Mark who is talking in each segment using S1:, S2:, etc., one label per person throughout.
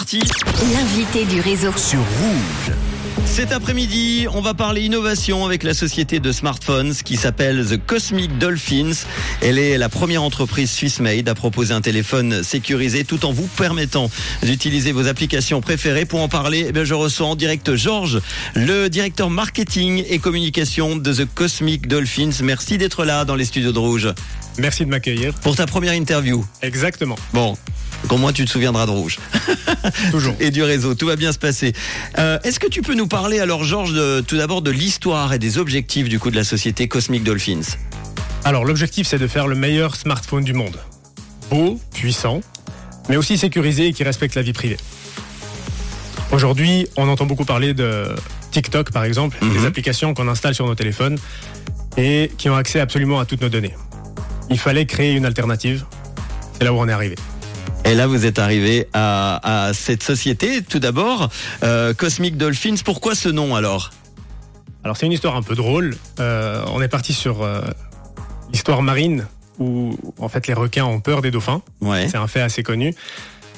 S1: parti.
S2: L'invité du réseau.
S3: sur Rouge.
S1: Cet après-midi, on va parler innovation avec la société de smartphones qui s'appelle The Cosmic Dolphins. Elle est la première entreprise Swissmade à proposer un téléphone sécurisé tout en vous permettant d'utiliser vos applications préférées. Pour en parler, eh bien, je reçois en direct Georges, le directeur marketing et communication de The Cosmic Dolphins. Merci d'être là dans les studios de Rouge
S4: Merci de m'accueillir.
S1: pour ta première interview.
S4: Exactement.
S1: Bon, au moins tu te souviendras de Rouge.
S4: Toujours.
S1: et du réseau. Tout va bien se passer. Euh, Est-ce que tu peux nous parler alors, Georges, de- tout d'abord de l'histoire et des objectifs du coup de la société Cosmic Dolphins
S4: Alors, l'objectif, c'est de faire le meilleur smartphone du monde. Beau, puissant, mais aussi sécurisé et qui respecte la vie privée. Aujourd'hui, on entend beaucoup parler de TikTok, par exemple,
S1: Mhm.
S4: des applications qu'on installe sur nos téléphones et qui ont accès absolument à toutes nos données. Il fallait créer une alternative. C'est là où on est arrivé.
S1: Et là, vous êtes arrivé à, à cette société. Tout d'abord, euh, Cosmic Dolphins. Pourquoi ce nom alors
S4: Alors c'est une histoire un peu drôle. Euh, on est parti sur euh, l'histoire marine où en fait les requins ont peur des dauphins.
S1: Ouais.
S4: C'est un fait assez connu.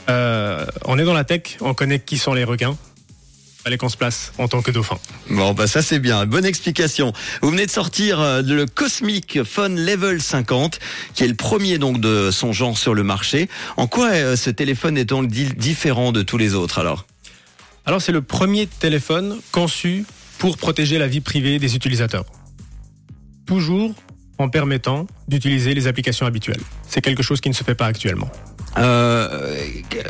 S4: Euh, on est dans la tech, on connaît qui sont les requins. Fallait qu'on se place en tant que dauphin.
S1: Bon, bah ça c'est bien. Bonne explication. Vous venez de sortir euh, le Cosmic Phone Level 50, qui est le premier donc de son genre sur le marché. En quoi euh, ce téléphone est donc di- différent de tous les autres alors
S4: Alors c'est le premier téléphone conçu pour protéger la vie privée des utilisateurs. Toujours en permettant d'utiliser les applications habituelles. C'est quelque chose qui ne se fait pas actuellement.
S1: Euh,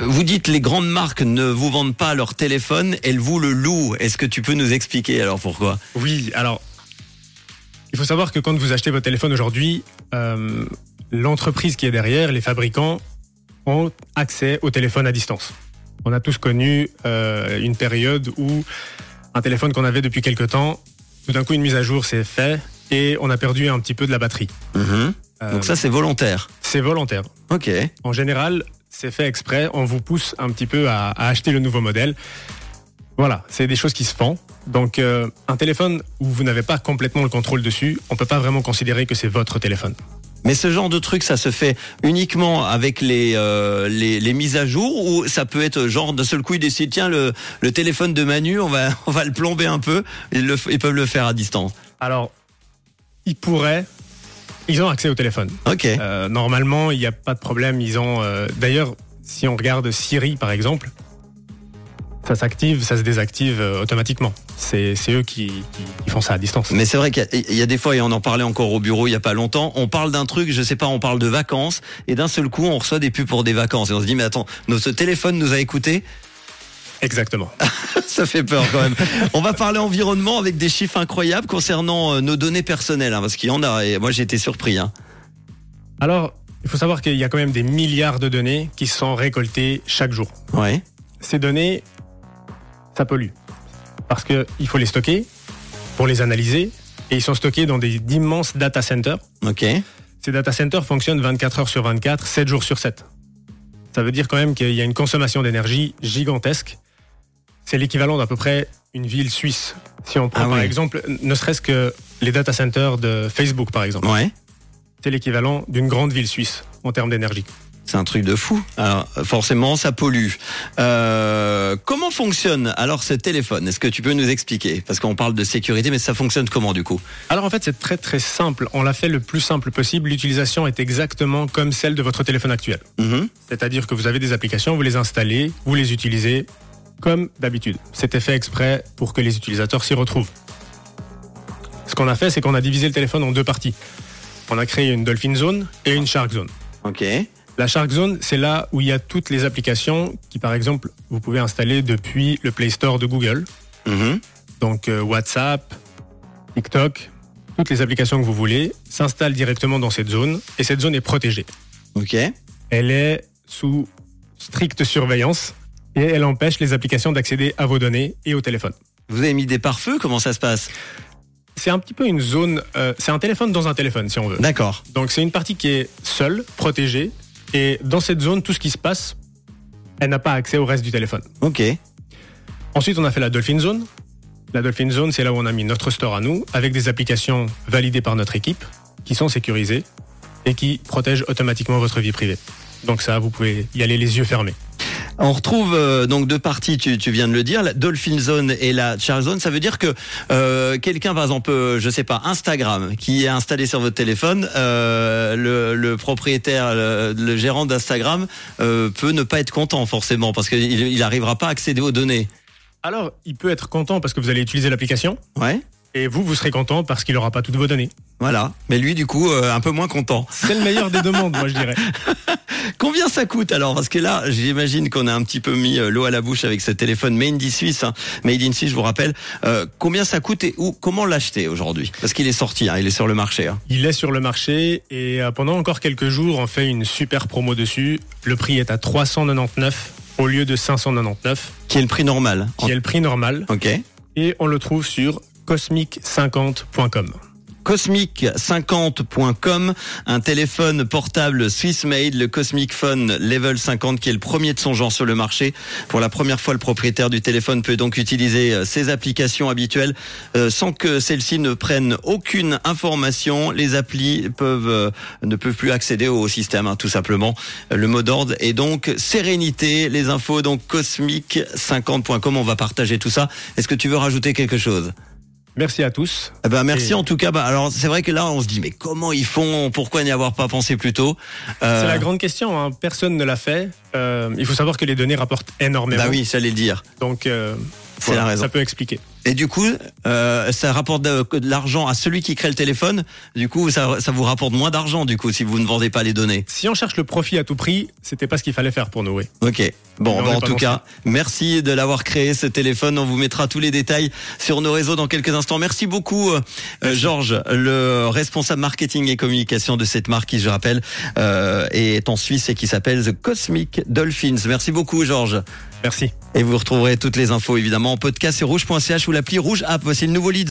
S1: vous dites les grandes marques ne vous vendent pas leur téléphone, elles vous le louent. Est-ce que tu peux nous expliquer alors pourquoi
S4: Oui, alors, il faut savoir que quand vous achetez votre téléphone aujourd'hui, euh, l'entreprise qui est derrière, les fabricants, ont accès au téléphone à distance. On a tous connu euh, une période où un téléphone qu'on avait depuis quelque temps, tout d'un coup une mise à jour s'est faite et on a perdu un petit peu de la batterie. Euh,
S1: Donc ça c'est volontaire.
S4: c'est volontaire.
S1: Ok.
S4: En général, c'est fait exprès, on vous pousse un petit peu à, à acheter le nouveau modèle. Voilà, c'est des choses qui se font. Donc euh, un téléphone où vous n'avez pas complètement le contrôle dessus, on peut pas vraiment considérer que c'est votre téléphone.
S1: Mais ce genre de truc, ça se fait uniquement avec les, euh, les les mises à jour ou ça peut être genre d'un seul coup ils décident tiens le le téléphone de Manu on va on va le plomber un peu ils le f- ils peuvent le faire à distance.
S4: Alors, ils pourraient... Ils ont accès au téléphone.
S1: Ok.
S4: Euh, normalement, il n'y a pas de problème. Ils ont... euh, D'ailleurs, si on regarde Siri, par exemple, ça s'active, ça se désactive euh, automatiquement. C'est c'est eux qui, qui- qui font ça à distance.
S1: Mais c'est vrai qu'il y, a- il y a des fois, et on en parlait encore au bureau il y a pas longtemps, on parle d'un truc, je sais pas, on parle de vacances, et d'un seul coup, on reçoit des pubs pour des vacances, et on se dit, mais attends, notre téléphone nous a écoutés
S4: Exactement.
S1: Ça fait peur quand même. on va parler environnement avec des chiffres incroyables concernant euh, nos données personnelles, hein, parce qu'il y en a, et moi j'ai été surpris. hein.
S4: Alors, il faut savoir qu'il y a quand même des milliards de données qui sont récoltées chaque jour.
S1: Ouais.
S4: Ces données, ça pollue. Parce qu'il faut les stocker pour les analyser. Et ils sont stockés dans des d'immenses data centers.
S1: Ok.
S4: Ces data centers fonctionnent 24 heures sur 24, 7 jours sur 7. Ça veut dire quand même qu'il y a une consommation d'énergie gigantesque. C'est l'équivalent d'à peu près une ville suisse. Si on prend
S1: Ah
S4: par
S1: ouais.
S4: exemple, ne serait-ce que les data centers de Facebook par exemple,
S1: Ouais.
S4: c'est l'équivalent d'une grande ville suisse en termes d'énergie.
S1: C'est un truc de fou. Alors, forcément, ça pollue. Euh, comment fonctionne alors ce téléphone Est-ce que tu peux nous expliquer Parce qu'on parle de sécurité, mais ça fonctionne comment du coup
S4: Alors en fait, c'est très très simple. On l'a fait le plus simple possible. L'utilisation est exactement comme celle de votre téléphone actuel.
S1: Mhm.
S4: C'est-à-dire que vous avez des applications, vous les installez, vous les utilisez comme d'habitude. C'était fait exprès pour que les utilisateurs s'y retrouvent. Ce qu'on a fait, c'est qu'on a divisé le téléphone en deux parties. On a créé une Dolphin Zone et une Shark Zone.
S1: Ok.
S4: La Shark Zone, c'est là où il y a toutes les applications qui, par exemple, vous pouvez installer depuis le Play Store de Google.
S1: Mhm.
S4: Donc euh, WhatsApp, TikTok, toutes les applications que vous voulez s'installent directement dans cette zone et cette zone est protégée.
S1: Ok.
S4: Elle est sous stricte surveillance et elle empêche les applications d'accéder à vos données et au téléphone.
S1: Vous avez mis des pare-feux Comment ça se passe
S4: C'est un petit peu une zone, euh, c'est un téléphone dans un téléphone si on veut.
S1: D'accord.
S4: Donc c'est une partie qui est seule, protégée et dans cette zone tout ce qui se passe, elle n'a pas accès au reste du téléphone.
S1: Ok.
S4: Ensuite, on a fait la Dolphin Zone. La Dolphin Zone, c'est là où on a mis notre store à nous, avec des applications validées par notre équipe, qui sont sécurisées et qui protègent automatiquement votre vie privée. Donc ça, vous pouvez y aller les yeux fermés.
S1: On retrouve euh, donc deux parties, tu, tu viens de le dire, la Dolphin Zone et la Charge Zone. Ça veut dire que euh, quelqu'un, par exemple, euh, je sais pas, Instagram, qui est installé sur votre téléphone, euh, le, le propriétaire, le, le gérant d'Instagram euh, peut ne pas être content forcément parce qu'il il arrivera pas à accéder aux données.
S4: Alors, il peut être content parce que vous allez utiliser l'application
S1: Ouais.
S4: et vous, vous serez content parce qu'il n'aura pas toutes vos données.
S1: Voilà, mais lui du coup euh, un peu moins content.
S4: C'est le meilleur des deux mondes, moi, je dirais.
S1: Combien ça coûte alors Parce que là, j'imagine qu'on a un petit peu mis euh, l'eau à la bouche avec ce téléphone Made in Suisse. hein. Made in Suisse, je vous rappelle. Euh, combien ça coûte et où Comment l'acheter aujourd'hui Parce qu'il est sorti, hein, il est sur le marché. hein.
S4: Il est sur le marché et euh, pendant encore quelques jours, on fait une super promo dessus. Le prix est à 399 au lieu de 599,
S1: Qui est le prix normal En-
S4: qui est le prix normal.
S1: Ok.
S4: Et on le trouve sur cosmic50.com.
S1: Cosmic50.com, un téléphone portable Swiss made, le Cosmic Phone Level 50, qui est le premier de son genre sur le marché. Pour la première fois, le propriétaire du téléphone peut donc utiliser euh, ses applications habituelles euh, sans que celles-ci ne prennent aucune information. Les applis peuvent euh, ne peuvent plus accéder au système, hein, tout simplement. Euh, Le mot d'ordre est donc sérénité. Les infos donc cosmic50.com. On va partager tout ça. Est-ce que tu veux rajouter quelque chose
S4: Merci à tous.
S1: eh ben merci
S4: Et-
S1: en tout cas. Bah, alors c'est vrai que là on se dit mais comment ils font Pourquoi n'y avoir pas pensé plus tôt Euh,
S4: C'est la grande question, hein. personne ne l'a fait. Euh, il faut savoir que les données rapportent énormément.
S1: Bah oui, j'allais le dire.
S4: Donc, euh,
S1: C'est
S4: voilà,
S1: la raison.
S4: ça peut expliquer.
S1: Et du coup, euh, ça rapporte de, que de l'argent à celui qui crée le téléphone. Du coup, ça, ça vous rapporte moins d'argent du coup si vous ne vendez pas les données.
S4: Si on cherche le profit à tout prix, c'était pas ce qu'il fallait faire pour nous. oui.
S1: Ok. Bon,
S4: Mais on
S1: bah,
S4: est
S1: en
S4: pas
S1: tout
S4: dans
S1: cas, merci de l'avoir créé ce téléphone. On vous mettra tous les détails sur nos réseaux dans quelques instants. Merci beaucoup, euh, Georges, le responsable marketing et communication de cette marque qui, je rappelle, euh, est en Suisse et qui s'appelle The Cosmic Dolphins. Merci beaucoup, Georges.
S4: Merci.
S1: Et vous retrouverez toutes les infos évidemment en podcast sur rouge.ch ou l'appli rouge app. Voici le nouveau lead.